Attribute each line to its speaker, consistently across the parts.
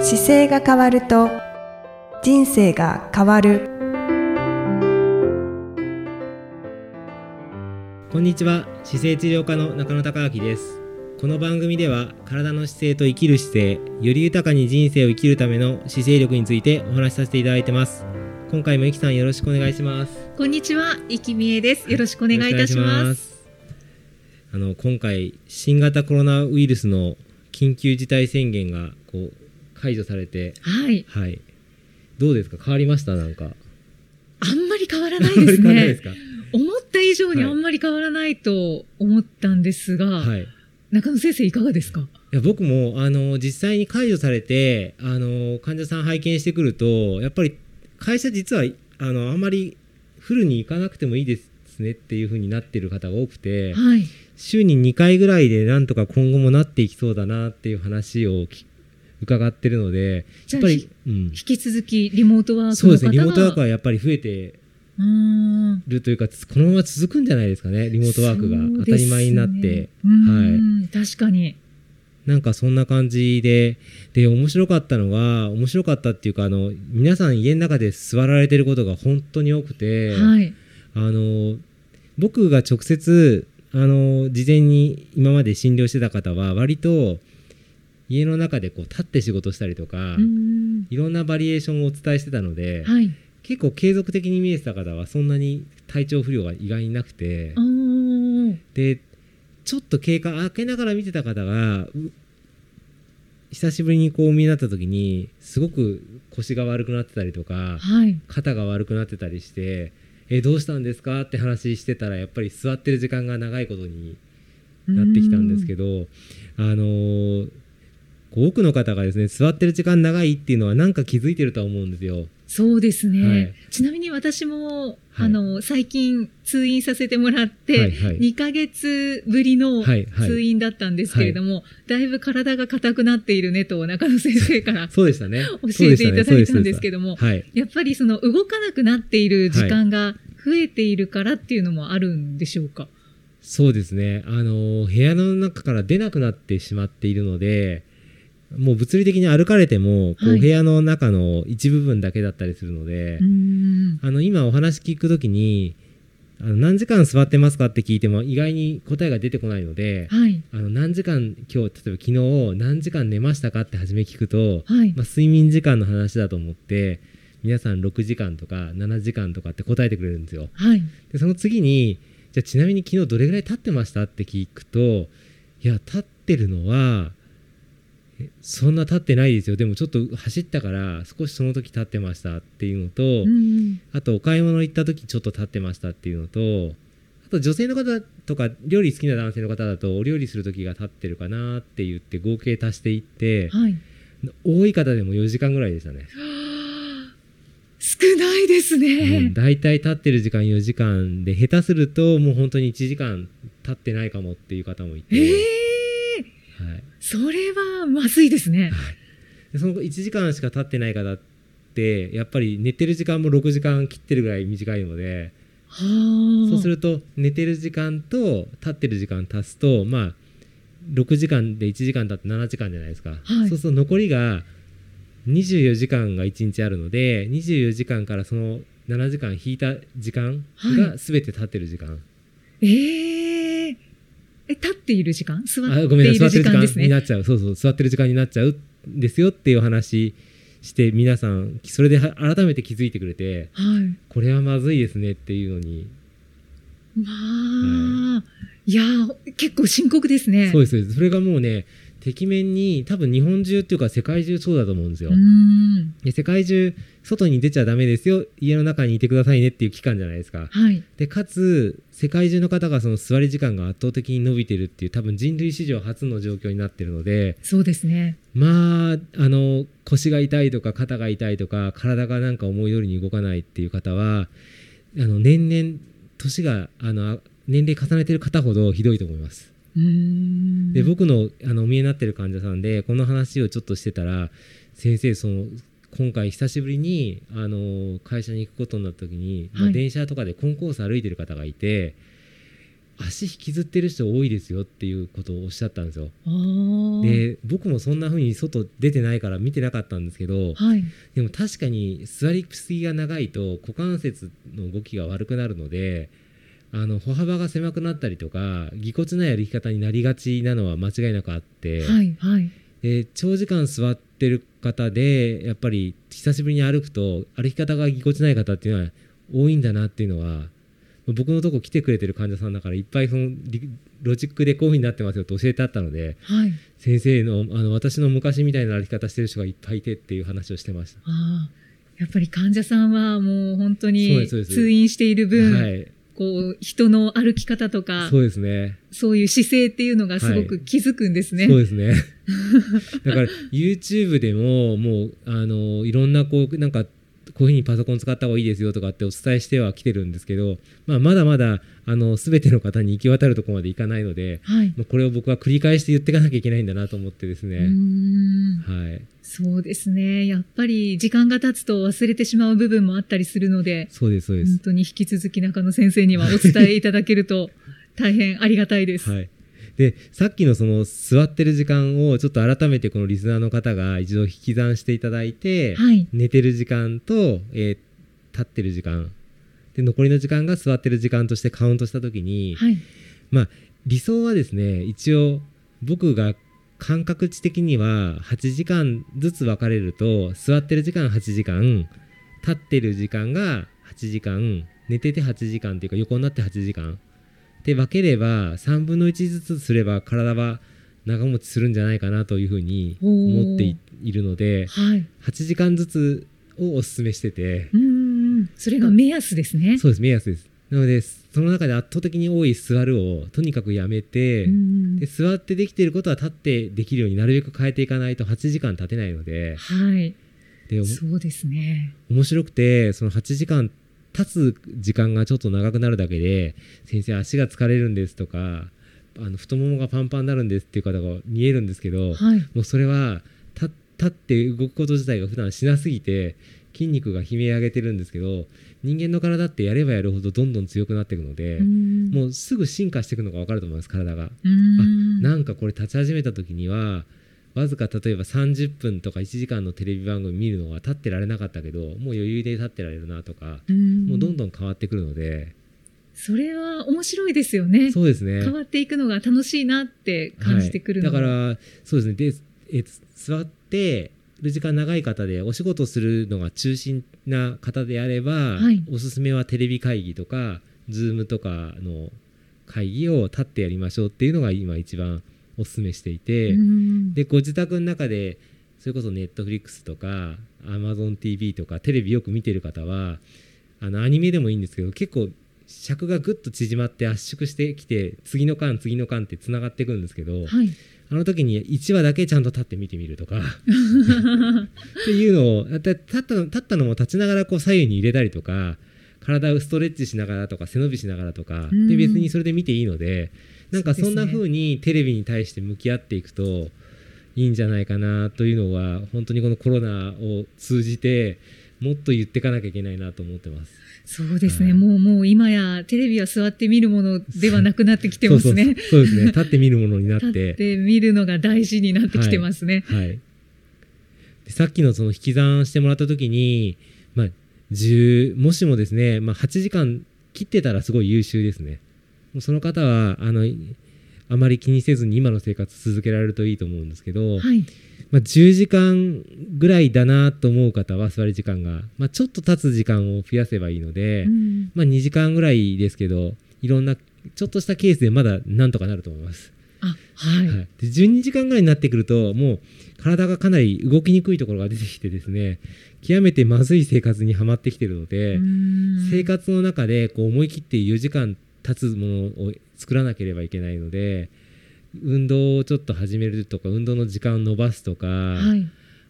Speaker 1: 姿勢が変わると人生が変わる
Speaker 2: こんにちは姿勢治療科の中野孝明ですこの番組では体の姿勢と生きる姿勢より豊かに人生を生きるための姿勢力についてお話しさせていただいてます今回もゆきさんよろしくお願いします
Speaker 3: こんにちは、いきみえです。よろしくお願いいたし
Speaker 2: よろ
Speaker 3: ま
Speaker 2: くお願いし
Speaker 3: す。
Speaker 2: すあの今回新型コロナウイルスの緊急事態宣言がこう解除されて
Speaker 3: はい、
Speaker 2: はいどうですか変わりましたなんか
Speaker 3: あんまり変わらないで す
Speaker 2: 変わらないで
Speaker 3: ね
Speaker 2: す。か
Speaker 3: 思った以上に
Speaker 2: は
Speaker 3: あ
Speaker 2: い
Speaker 3: んまり変わらないと思ったんですが、
Speaker 2: はい
Speaker 3: 中野先生いかがですか。
Speaker 2: いや僕もあの実際に解除されてあの患者さん拝見してくるとやっぱり会社実はあのあんまりフルに行かなくてもいいですねっていう風になってる方が多くて
Speaker 3: はい、
Speaker 2: 週に2回ぐらいでなんとか今後もなっていきそうだなっていう話をき伺ってるので
Speaker 3: じ
Speaker 2: や
Speaker 3: ゃ
Speaker 2: っ
Speaker 3: あ
Speaker 2: ぱり、うん
Speaker 3: 引、き続きリモートワーク
Speaker 2: そう
Speaker 3: の
Speaker 2: で
Speaker 3: 方
Speaker 2: すね
Speaker 3: が
Speaker 2: リモートワークはやっぱり増えて
Speaker 3: うーん
Speaker 2: るというかつこのまま続くんじゃないですかねリモートワークが当たり前になって。
Speaker 3: そうですねうーん確かに。
Speaker 2: なんかそんな感じで、で、面白かったのが、面白かったっていうか、あの、皆さん家の中で座られてることが本当に多くて、
Speaker 3: はい、
Speaker 2: あの、僕が直接、あの、事前に今まで診療してた方は、割と、家の中でこう立って仕事したりとか、
Speaker 3: うーん
Speaker 2: いろんなバリエーションをお伝えしてたので、
Speaker 3: はい、
Speaker 2: 結構継続的に見えてた方は、そんなに体調不良が意外になくて
Speaker 3: あ、ー
Speaker 2: でちょっと経過開けながら見てた方がう久しぶりにこうお見えになった時にすごく腰が悪くなってたりとか
Speaker 3: はい、
Speaker 2: 肩が悪くなってたりして「えどうしたんですか?」って話してたらやっぱり座ってる時間が長いことになってきたんですけ
Speaker 3: ど、
Speaker 2: どあのーこう多くの方がですね座ってる時間長いっていうのはなんか気づいてるとは思うんですよ。
Speaker 3: そうですね。
Speaker 2: はい
Speaker 3: ちなみに私も、
Speaker 2: はい
Speaker 3: あの最近通院させてもらって、
Speaker 2: はいはい
Speaker 3: 2ヶ月ぶりの
Speaker 2: はいはい
Speaker 3: 通院だったんですけれども、だいぶ体が硬くなっているねと中野先生から
Speaker 2: そうでしたね。
Speaker 3: 教えていただいたんですけ
Speaker 2: ど
Speaker 3: ども、
Speaker 2: はい、
Speaker 3: やっぱりその動かなくなっている時間が増えているからっていうのもあるんでしょうか。
Speaker 2: そうですね、あの部屋の中から出なくなってしまっているのでもう物理的に歩かれてもこ
Speaker 3: は
Speaker 2: う
Speaker 3: い
Speaker 2: 部屋の中の一部分だけだったりするので、
Speaker 3: うーん
Speaker 2: あの今お話聞くときにあの何時間座ってますかって聞いても意外に答えが出てこないので
Speaker 3: はい、
Speaker 2: あの何時間今日例えば昨日何時間寝ましたかって初め聞くと、
Speaker 3: はい、
Speaker 2: まあ、睡眠時間の話だと思って皆さん6時間とか7時間とかって答えてくれるんですよ。
Speaker 3: はい、
Speaker 2: でその次にじゃあちなみに昨日どれぐらい立ってましたって聞くといや立ってるのはえそんな立ってないですよでもちょっと走ったから少しその時立ってましたっていうのと、
Speaker 3: うーん
Speaker 2: あとお買い物行った時ちょっと立ってましたっていうのとあと女性の方とか料理好きな男性の方だとお料理する時が立ってるかなって言って合計足していって
Speaker 3: はい。
Speaker 2: 多い方でも4時間ぐらいでしたね。
Speaker 3: 少ないです
Speaker 2: う
Speaker 3: ね
Speaker 2: ん。大体立ってる時間4時間で下手するともう本当に1時間立ってないかもっていう方もいて、
Speaker 3: ええ
Speaker 2: はい、
Speaker 3: それはまずいですね。
Speaker 2: でその1時間しか立ってない方ってやっぱり寝てる時間も6時間切ってるぐらい短いので
Speaker 3: はあ。
Speaker 2: そうすると寝てる時間と立ってる時間足すとまあ6時間で1時間経って7時間じゃないですか、
Speaker 3: い
Speaker 2: そうすると残りが24時間が1日あるので24時間からその7時間引いた時間が全て立ってる時間、
Speaker 3: えええ、立っている時間座っ
Speaker 2: あ
Speaker 3: て
Speaker 2: ごめんないさ
Speaker 3: る
Speaker 2: い、座
Speaker 3: 時
Speaker 2: って
Speaker 3: 間
Speaker 2: る
Speaker 3: で
Speaker 2: 時
Speaker 3: す
Speaker 2: 間に
Speaker 3: ね。
Speaker 2: なっちゃう、そうそう、座ってる時間になっちゃうんですよっていう話して、皆さん、それでは改めて気づいてくれて、
Speaker 3: はい。
Speaker 2: これはまずいですねっていうのに、
Speaker 3: まあ、いやー、結構深刻ですね。
Speaker 2: そう
Speaker 3: う
Speaker 2: です、そうですそれがもうね、てきめんに、多分日本中っていうか、世界中そうだと思うんですよ。
Speaker 3: ーん。
Speaker 2: で世界中、外に出ちゃダメですよ、家の中にいてくださいねっていう期間じゃないですか。
Speaker 3: はい。
Speaker 2: でかつ、世界中の方がその座り時間が圧倒的に伸びてるっていう、多分人類史上初の状況になってるので、
Speaker 3: そうですね。
Speaker 2: まあ、あの腰が痛いとか肩が痛いとか体がなんか思い通りに動かないっていう方はあの年々年があの年齢重ねてる方ほどひどいと思います。
Speaker 3: うーん。
Speaker 2: で僕のあのお見えになってる患者さんでこの話をちょっとしてたら先生その今回久しぶりにあの会社に行くことになった時に、まあ
Speaker 3: はい
Speaker 2: 電車とかでコンコース歩いてる方がいて足引きずってる人多いですよっていうことをおっしゃったんですよ。
Speaker 3: あー
Speaker 2: で僕もそんな風に外出てないから見てなかったんですけど
Speaker 3: はい。
Speaker 2: でも確かに座りすぎが長いと股関節の動きが悪くなるのであの歩幅が狭くなったりとかぎこちない歩き方になりがちなのは間違いなくあって、
Speaker 3: はい。はい。
Speaker 2: で長時間座ってる方でやっぱり久しぶりに歩くと歩き方がぎこちない方っていうのは多いんだなっていうのは僕のとこ来てくれてる患者さんだからいっぱいそのリロジックでこういう風になってますよと教えてあったので
Speaker 3: はい。
Speaker 2: 先生のあの私の昔みたいな歩き方してる人がいっぱいいてっていう話をしてました。
Speaker 3: ああ。やっぱり患者さんはもう本当
Speaker 2: そうで
Speaker 3: に
Speaker 2: すそうです
Speaker 3: 通院している分、
Speaker 2: はい、
Speaker 3: こう人の歩き方とかそ
Speaker 2: そううですね。
Speaker 3: いう姿勢っていうのがすご
Speaker 2: は
Speaker 3: く気づくんですね。
Speaker 2: そうです ね。だから YouTube でももうあのいろんなこうなんかこういうふうにパソコン使った方がいいですよとかってお伝えしては来てるんですけど、まあ、まだまだあの全ての方に行き渡るところまでいかないので、
Speaker 3: はい。う
Speaker 2: まあこれを僕は繰り返して言っていかなきゃいけないんだなと思ってです
Speaker 3: ー
Speaker 2: ね。
Speaker 3: ん
Speaker 2: はい、
Speaker 3: そうですね。やっぱり時間が経つと忘れてしまう部分もあったりするので、
Speaker 2: そうですそうで
Speaker 3: 本
Speaker 2: す。
Speaker 3: 当に引き続き中野先生にはお伝えいただけ ると大変ありがたいです。
Speaker 2: はい。でさっきのその座ってる時間をちょっと改めてこのリスナーの方が一度引き算していただいて、
Speaker 3: はい。
Speaker 2: 寝てる時間と、えー立ってる時間で残りの時間が座ってる時間としてカウントした時に、
Speaker 3: はい。
Speaker 2: まあ理想はですね一応僕が感覚値的には8時間ずつ分かれると座ってる時間8時間立ってる時間が8時間寝てて8時間っていうか横になって8時間で分ければ3分の1ずつすれば体は長持ちするんじゃないかなというふうに思っていいるので
Speaker 3: はい。
Speaker 2: 8時間ずつをお勧めしてて
Speaker 3: うーん。それが目安ですね。
Speaker 2: そうです目安ですなのでその中で圧倒的に多い座るをとにかくやめて、
Speaker 3: うーん
Speaker 2: で座ってできていることは立ってできるようになるべく変えていかないと8時間立てないので
Speaker 3: はい。
Speaker 2: でおも
Speaker 3: そうですね。
Speaker 2: 面白くてその8時間立つ時間がちょっと長くなるだけで先生足が疲れるんですとかあの太ももがパンパンになるんですっていう方が見えるんですけど、
Speaker 3: はい。
Speaker 2: もうそれは立立って動くこと自体が普段しなすぎて筋肉が悲鳴上げてるんですけど人間の体ってやればやるほどどんどん強くなっていくので、
Speaker 3: も
Speaker 2: もうすぐ進化していくのが分かると思います体が。
Speaker 3: うーん、
Speaker 2: なんかこれ立ち始めた時にはわずか例えば30分とか1時間のテレビ番組見るのは立ってられなかったけどもう余裕で立ってられるなとか、もうどん
Speaker 3: ん。
Speaker 2: どん変わってくるので、
Speaker 3: それは面白いですよね。
Speaker 2: そうですね。
Speaker 3: 変わっていくのが楽しいなって感じてくる
Speaker 2: は
Speaker 3: の
Speaker 2: い、だからそうですねでえ座ってる時間長い方でお仕事するのが中心な方であれば、
Speaker 3: い
Speaker 2: おすすめはテレビ会議とか Zoom とかの会議を立ってやりましょうっていうのが今一番おすすめしていて、
Speaker 3: うん
Speaker 2: でご自宅の中でそれこそ Netflix とか AmazonTV とかテレビよく見てる方はあのアニメでもいいんですけど結構尺がぐっと縮まって圧縮してきて次の巻次の巻ってつながっていくんですけど、
Speaker 3: はい。
Speaker 2: あの時に1話だけちゃんと立って見てみるとかっていうのをだって立ったの立ったのも立ちながらこう左右に入れたりとか体をストレッチしながらとか背伸びしながらとか
Speaker 3: うん
Speaker 2: で別にそれで見ていいのでなんかそんな風にテレビに対して向き合っていくといいんじゃないかなというのは本当にこのコロナを通じてもっと言っていかなきゃいけないなと思ってます。
Speaker 3: そうですね。
Speaker 2: はい
Speaker 3: もうもう今やテレビは座って見るものではなくなってきてますね。
Speaker 2: そうそうそうですね立って見るものになっ
Speaker 3: 立
Speaker 2: て
Speaker 3: って見るのが大事になってきてますね。
Speaker 2: はい、でさっきのその引き算してもらった時に、まあ、10もしもですね、まあ、8時間切ってたらすごい優秀ですねもうその方はあのあまり気にせずに今の生活続けられるといいと思うんですけど、
Speaker 3: はい。
Speaker 2: まあ、10時間ぐらいだなと思う方は座り時間が、まあ、ちょっと立つ時間を増やせばいいので、
Speaker 3: うん
Speaker 2: まあ、2時間ぐらいですけどいろんなちょっとしたケースでまだなんとかなると思います。
Speaker 3: あ、はい。
Speaker 2: はい、で12時間ぐらいになってくるともう体がかなり動きにくいところが出てきてですね極めてまずい生活にはまってきてるので、
Speaker 3: うん
Speaker 2: 生活の中でこう思い切って4時間経つものを作らなければいけないので運動をちょっと始めるとか運動の時間を延ばすとか、
Speaker 3: はい。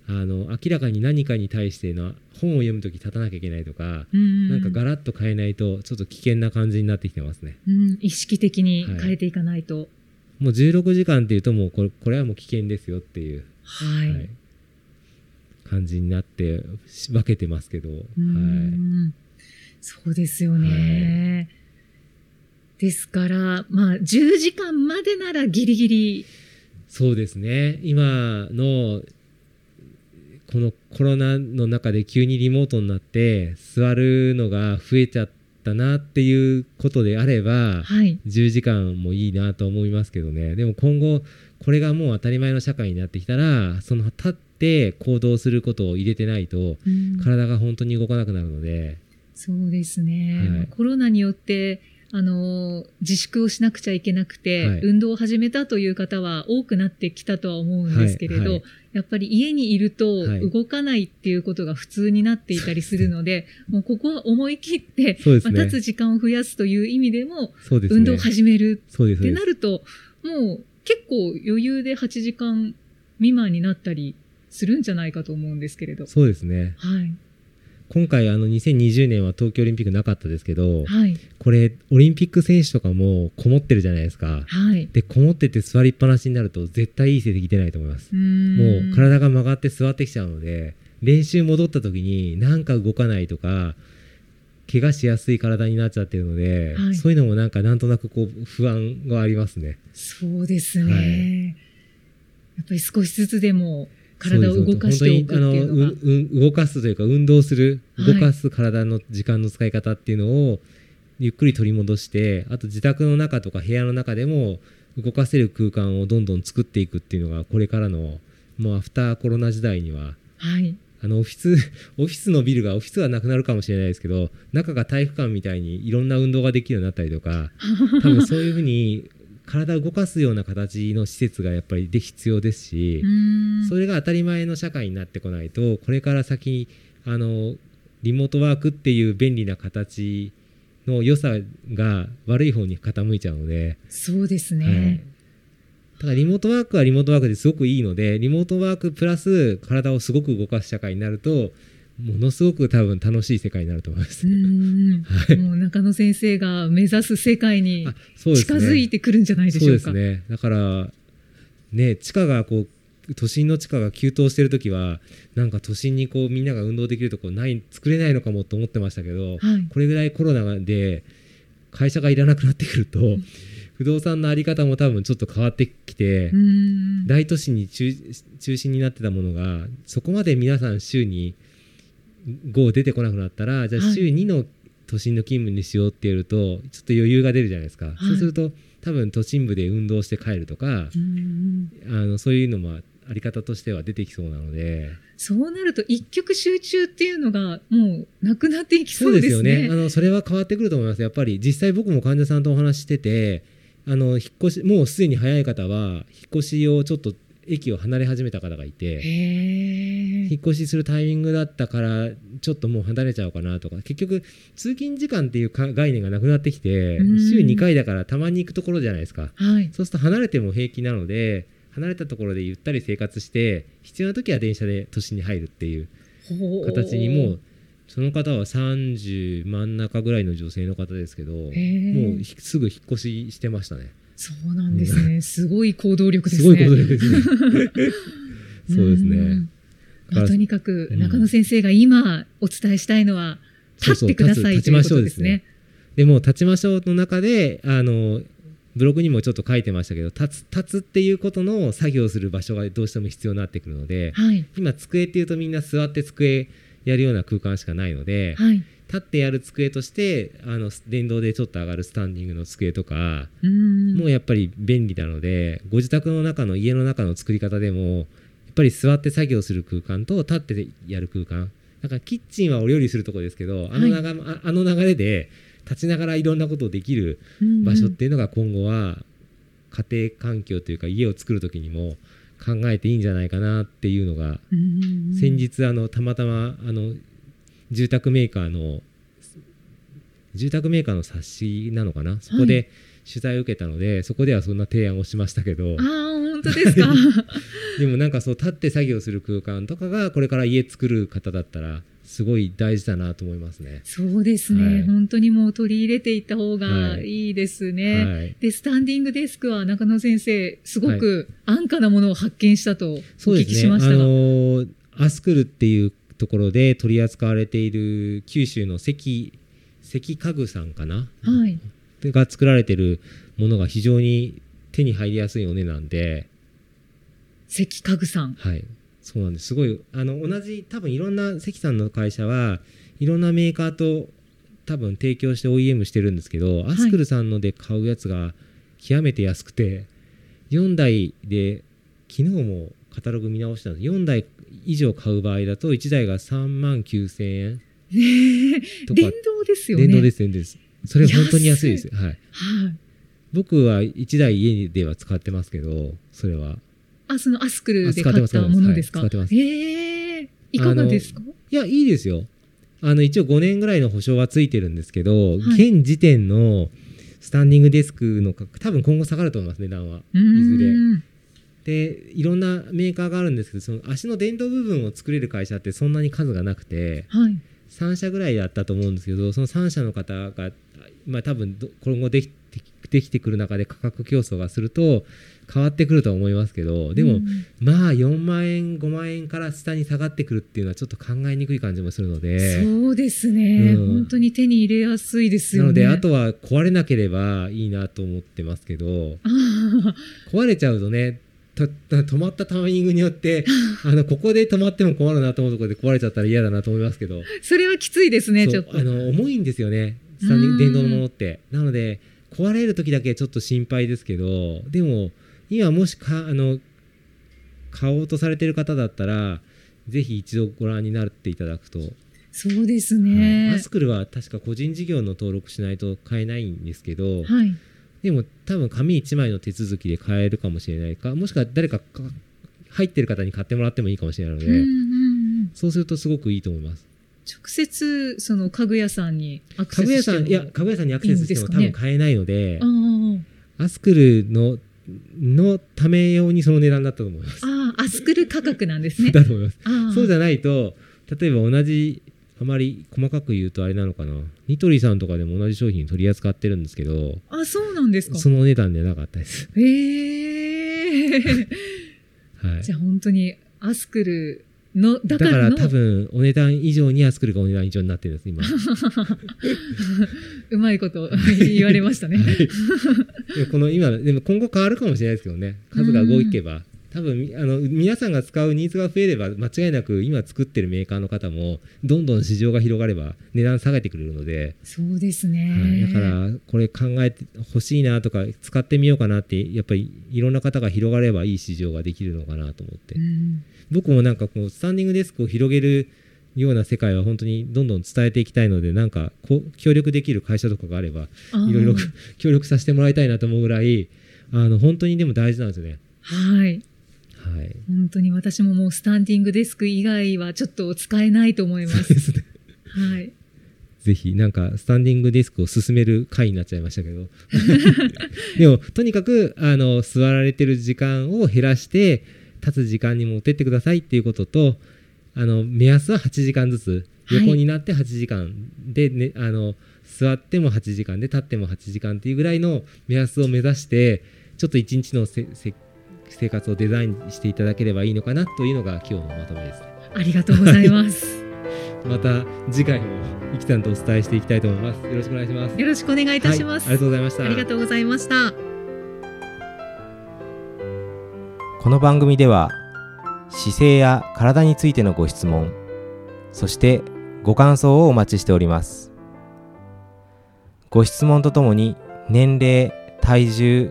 Speaker 2: あの明らかに何かに対しての本を読む時立たなきゃいけないとか、
Speaker 3: な
Speaker 2: なんかガラッと変えないとちょっと危険な感じになってきてますね。
Speaker 3: うん、意識的に変えていかないと。
Speaker 2: もう16時間っていうともうこれこれはもう危険ですよっていう
Speaker 3: はい。
Speaker 2: はい、感じになってし分けてますけど、は
Speaker 3: う
Speaker 2: い、
Speaker 3: んそうですよね。ですから、まあ、10時間までならギリギリ。
Speaker 2: そうですね今のこのコロナの中で急にリモートになって座るのが増えちゃったなっていうことであれば
Speaker 3: はい。
Speaker 2: 10時間もいいなと思いますけどねでも今後これがもう当たり前の社会になってきたらその立って行動することを入れてないと
Speaker 3: うん
Speaker 2: 体が本当に動かなくなるので、
Speaker 3: そうですね、
Speaker 2: はい
Speaker 3: まあコロナによってあの自粛をしなくちゃいけなくて、
Speaker 2: はい
Speaker 3: 運動を始めたという方は多くなってきたとは思うんですけれど、
Speaker 2: はいはい
Speaker 3: やっぱり家にいると
Speaker 2: はい
Speaker 3: 動かないっていうことが普通になっていたりするの で、もうここは思い切って、
Speaker 2: そうです
Speaker 3: ま
Speaker 2: ね、
Speaker 3: あ、立つ時間を増やすという意味でも
Speaker 2: そうですね
Speaker 3: 運動を始める
Speaker 2: そうです
Speaker 3: っ
Speaker 2: そう
Speaker 3: て
Speaker 2: で
Speaker 3: な
Speaker 2: す
Speaker 3: るともう結構余裕で8時間未満になったりするんじゃないかと思うんですけれど。
Speaker 2: そうですね
Speaker 3: はい、
Speaker 2: 今回あの2020年は東京オリンピックなかったですけど、
Speaker 3: はい、
Speaker 2: これオリンピック選手とかもこもってるじゃないですか
Speaker 3: はい。
Speaker 2: でこもってて座りっぱなしになると絶対いい成績出ないと思います、も
Speaker 3: も
Speaker 2: う体が曲がって座ってきちゃうので練習戻った時になんか動かないとか怪我しやすい体になっちゃってるので、
Speaker 3: はい
Speaker 2: そういうのもなんかなんとなくこう不安がありますね
Speaker 3: そうですね、
Speaker 2: はい
Speaker 3: やっぱり少しずつでも体を動かしておくってい
Speaker 2: そう
Speaker 3: う
Speaker 2: で
Speaker 3: のが
Speaker 2: す本当にあのうう動かすというか運動する
Speaker 3: はい
Speaker 2: 動かす体の時間の使い方っていうのをゆっくり取り戻してあと自宅の中とか部屋の中でも動かせる空間をどんどん作っていくっていうのがこれからのもうアフターコロナ時代には
Speaker 3: はい
Speaker 2: あのオフィス オフィスのビルがオフィスはなくなるかもしれないですけど中が体育館みたいにいろんな運動ができるようになったりとか多分そういうふうに体を動かすような形の施設がやっぱりで必要ですし。
Speaker 3: うーん
Speaker 2: それが当たり前の社会になってこないとこれから先にあのリモートワークっていう便利な形の良さが悪い方に傾いちゃうので、
Speaker 3: そうですね、
Speaker 2: はい、ただリモートワークはリモートワークですごくいいのでリモートワークプラス体をすごく動かす社会になるとものすごく多分楽しい世界になると思いま
Speaker 3: う
Speaker 2: す。
Speaker 3: ーんもう中野先生が目指す世界に
Speaker 2: あそうです
Speaker 3: 近
Speaker 2: ね
Speaker 3: づいてくるんじゃないでしょうか。
Speaker 2: そうですね。だから、ね、地下がこう、都心の地下が急騰してるときは、なんか都心にこう、みんなが運動できるとこない、作れないのかもと思ってましたけど、
Speaker 3: はい
Speaker 2: これぐらいコロナで、会社がいらなくなってくると、不動産のあり方も多分ちょっと変わってきて、
Speaker 3: うーん
Speaker 2: 大都市に中中心になってたものがそこまで皆さん週に5出てこなくなったらじゃあ
Speaker 3: はい
Speaker 2: 週2の都心の勤務にしようってやるとちょっと余裕が出るじゃないですか、そうすると多分都心部で運動して帰るとか
Speaker 3: うーん
Speaker 2: あのそういうのもあり方としては出てきそうなので
Speaker 3: そうなると一極集中っていうのがもうなくなっていきそうですね。
Speaker 2: よあのそれは変わってくると思いますやっぱり実際僕も患者さんとお話ししててあの引っ越しもうすでに早い方は引っ越しをちょっと駅を離れ始めた方がいて。
Speaker 3: へ
Speaker 2: 引っ
Speaker 3: ー
Speaker 2: 越しするタイミングだったからちょっともう離れちゃおうかなとか結局通勤時間っていうか概念がなくなってきて
Speaker 3: うん
Speaker 2: 週2回だからたまに行くところじゃないですか
Speaker 3: はい。
Speaker 2: そうすると離れても平気なので離れたところでゆったり生活して必要な時は電車で都心に入るっていう
Speaker 3: ほう
Speaker 2: 形にもうその方は30真ん中ぐらいの女性の方ですけどもう
Speaker 3: へー
Speaker 2: ひすぐ引っ越ししてましたね
Speaker 3: そうなんですね。すごい行動力ですすね。
Speaker 2: ごいことです ねそうですね
Speaker 3: んまあとにかく
Speaker 2: うん
Speaker 3: 中野先生が今お伝えしたいのは
Speaker 2: そう
Speaker 3: 立
Speaker 2: そう
Speaker 3: ってください
Speaker 2: 立つ
Speaker 3: ということで
Speaker 2: 立ちま
Speaker 3: す
Speaker 2: しょうです
Speaker 3: ね
Speaker 2: ね。でもう立ちましょうの中であのブログにもちょっと書いてましたけど立つ立つっていうことの作業する場所がどうしても必要になってくるので
Speaker 3: はい
Speaker 2: 今机っていうとみんな座って机やるような空間しかないので
Speaker 3: はい。
Speaker 2: 立ってやる机としてあの電動でちょっと上がるスタンディングの机とか
Speaker 3: うーん
Speaker 2: もうやっぱり便利なのでご自宅の中の家の中の作り方でもやっぱり座って作業する空間と立ってやる空間だからキッチンはお料理するとこですけどあの,、な
Speaker 3: は
Speaker 2: がああの流れで立ちながらいろんなことをできる場所っ。ていうのが今後は家庭環境というか家を作る時にも考えていいんじゃないかなっていうのが
Speaker 3: うんうんうん
Speaker 2: 先日あのたまたまあの住宅メーカーの住宅メーカーの冊子なのかなそこで取材を受けたので、そこではそんな提案をしましたけど
Speaker 3: ああ本当 ですか。
Speaker 2: でもなんかそう立って作業する空間とかがこれから家作る方だったらすごい大事だなと思いますね。
Speaker 3: そうですね、
Speaker 2: はい
Speaker 3: 本当にもう取り入れていった方が
Speaker 2: はい
Speaker 3: いいですね。
Speaker 2: はい
Speaker 3: でスタンディングデスクは中野先生すごく安価なものを発見したとお
Speaker 2: そう
Speaker 3: 聞
Speaker 2: で
Speaker 3: き
Speaker 2: す
Speaker 3: し
Speaker 2: ね。あ
Speaker 3: ましたが、
Speaker 2: のアスクルっていうところで取り扱われている九州の関関家具さんかな、
Speaker 3: はい
Speaker 2: が作られてるものが非常に手に入りやすいお値段で、
Speaker 3: 関家具さん。
Speaker 2: はい。そうなんです。すごい、あの、同じ、多分いろんな関さんの会社は、いろんなメーカーと多分提供して OEM してるんですけど、
Speaker 3: い
Speaker 2: アスクルさんので買うやつが極めて安くて、4台で、昨日もカタログ見直したんです。4台以上買う場合だと、1台が3万9000円
Speaker 3: ねえ
Speaker 2: とか、
Speaker 3: 電動ですよね。
Speaker 2: 電動です、電動です。それ本当に安いです。はい。
Speaker 3: はい。
Speaker 2: 僕は1台家では使ってますけど、それは。
Speaker 3: あ、そのアスクルで
Speaker 2: あ使って
Speaker 3: 買っ
Speaker 2: ます
Speaker 3: たものですか。
Speaker 2: はい使ってます
Speaker 3: ええいかがですか。
Speaker 2: いや、いいですよ。あの、一応5年ぐらいの保証はついてるんですけど、
Speaker 3: はい
Speaker 2: 現時点のスタンディングデスクの価格、多分今後下がると思います、値段は。
Speaker 3: うーん
Speaker 2: いずれで、いろんなメーカーがあるんですけど、その足の電動部分を作れる会社ってそんなに数がなくて、
Speaker 3: はい。
Speaker 2: 3社ぐらいだったと思うんですけど、その3社の方が、まあ多分ど今後できてできてくる中で価格競争がすると変わってくるとは思いますけど、でも、
Speaker 3: うん
Speaker 2: まあ4万円5万円から下に下がってくるっていうのはちょっと考えにくい感じもするので、
Speaker 3: そうですね、
Speaker 2: うん
Speaker 3: 本当に手に入れやすいです
Speaker 2: な
Speaker 3: よ
Speaker 2: の
Speaker 3: ね。
Speaker 2: であとは壊れなければいいなと思ってます けど
Speaker 3: あー
Speaker 2: 壊れちゃうとねたた止まったタイミングによってあのここで止まっても困るなと思うところで壊れちゃったら嫌だなと思いますけど、
Speaker 3: それはきついですね、
Speaker 2: そう
Speaker 3: ちょっと。
Speaker 2: あの重いんですよねスタンディング電動のものってなので壊れる時だけちょっと心配ですけどでも今もしかあの買おうとされてる方だったらぜひ一度ご覧になっていただくと、
Speaker 3: そうですね。
Speaker 2: はいアスクルは確か個人事業の登録しないと買えないんですけど、
Speaker 3: はい。
Speaker 2: でも多分紙1枚の手続きで買えるかもしれないかもしくは誰かか入ってる方に買ってもらってもいいかもしれないので、
Speaker 3: うんうんうん
Speaker 2: そうするとすごくいいと思います
Speaker 3: 直接、その家具屋さんにアク
Speaker 2: 家
Speaker 3: セ
Speaker 2: 具
Speaker 3: ス
Speaker 2: 屋
Speaker 3: して
Speaker 2: さ
Speaker 3: も
Speaker 2: んいや家具屋さんにアクセスしても多
Speaker 3: いいん
Speaker 2: 分
Speaker 3: です
Speaker 2: 買えないので
Speaker 3: あー
Speaker 2: アスクルののため用にその値段だったと思います。
Speaker 3: あー、アスクル価格なんですね。
Speaker 2: だと思います。
Speaker 3: ああ
Speaker 2: そうじゃないと例えば同じあまり細かく言うとあれなのかなニトリさんとかでも同じ商品取り扱ってるんですけど
Speaker 3: あ、そうなんですか。
Speaker 2: そのお値段ではなかったです。
Speaker 3: へえ。
Speaker 2: はい、
Speaker 3: じゃあ本当にアスクルのだ
Speaker 2: だか
Speaker 3: か
Speaker 2: らら
Speaker 3: の
Speaker 2: 多分お値段以上にアスクルがお値段以上になってるんです 今。
Speaker 3: うまいこと 言われましたね。
Speaker 2: でこの今でも今後変わるかもしれないですけどね数が動けば多分みあの皆さんが使うニーズが増えれば間違いなく今作ってるメーカーの方もどんどん市場が広がれば値段下げてくれるので、
Speaker 3: そうです
Speaker 2: はい
Speaker 3: ね。
Speaker 2: だからこれ考えてほしいなとか使ってみようかなってやっぱりいろんな方が広がればいい市場ができるのかなと思って、
Speaker 3: うん
Speaker 2: 僕もなんかこうスタンディングデスクを広げるような世界は本当にどんどん伝えていきたいのでなんかこう協力できる会社とかがあれば
Speaker 3: あー
Speaker 2: いろいろ 協力させてもらいたいなと思うぐらい、あの、本当にでも大事なんですよね。
Speaker 3: はい。
Speaker 2: はい。
Speaker 3: 本当に私ももうスタンディングデスク以外はちょっと使えないと思います。
Speaker 2: ですね。
Speaker 3: はい。
Speaker 2: ぜひ、なんか、スタンディングデスクを進める回になっちゃいましたけど。 でも、とにかく、あの、座られてる時間を減らして、立つ時間に持ってってくださいっていうことと、あの、目安は8時間ずつ、
Speaker 3: はい
Speaker 2: 横になって8時間で、ね、あの、座っても8時間で、立っても8時間っていうぐらいの目安を目指して、ちょっと一日のせせ生活をデザインしていただければいいのかなというのが今日のまとめです。
Speaker 3: ありがとうございます。
Speaker 2: また次回もいきさんとお伝えしていきたいと思います。よろしくお願いします。
Speaker 3: よろしくお願いいたします。
Speaker 2: はいありがとうございました。
Speaker 3: ありがとうございました。
Speaker 4: この番組では姿勢や体についてのご質問そしてご感想をお待ちしておりますご質問とともに年齢体重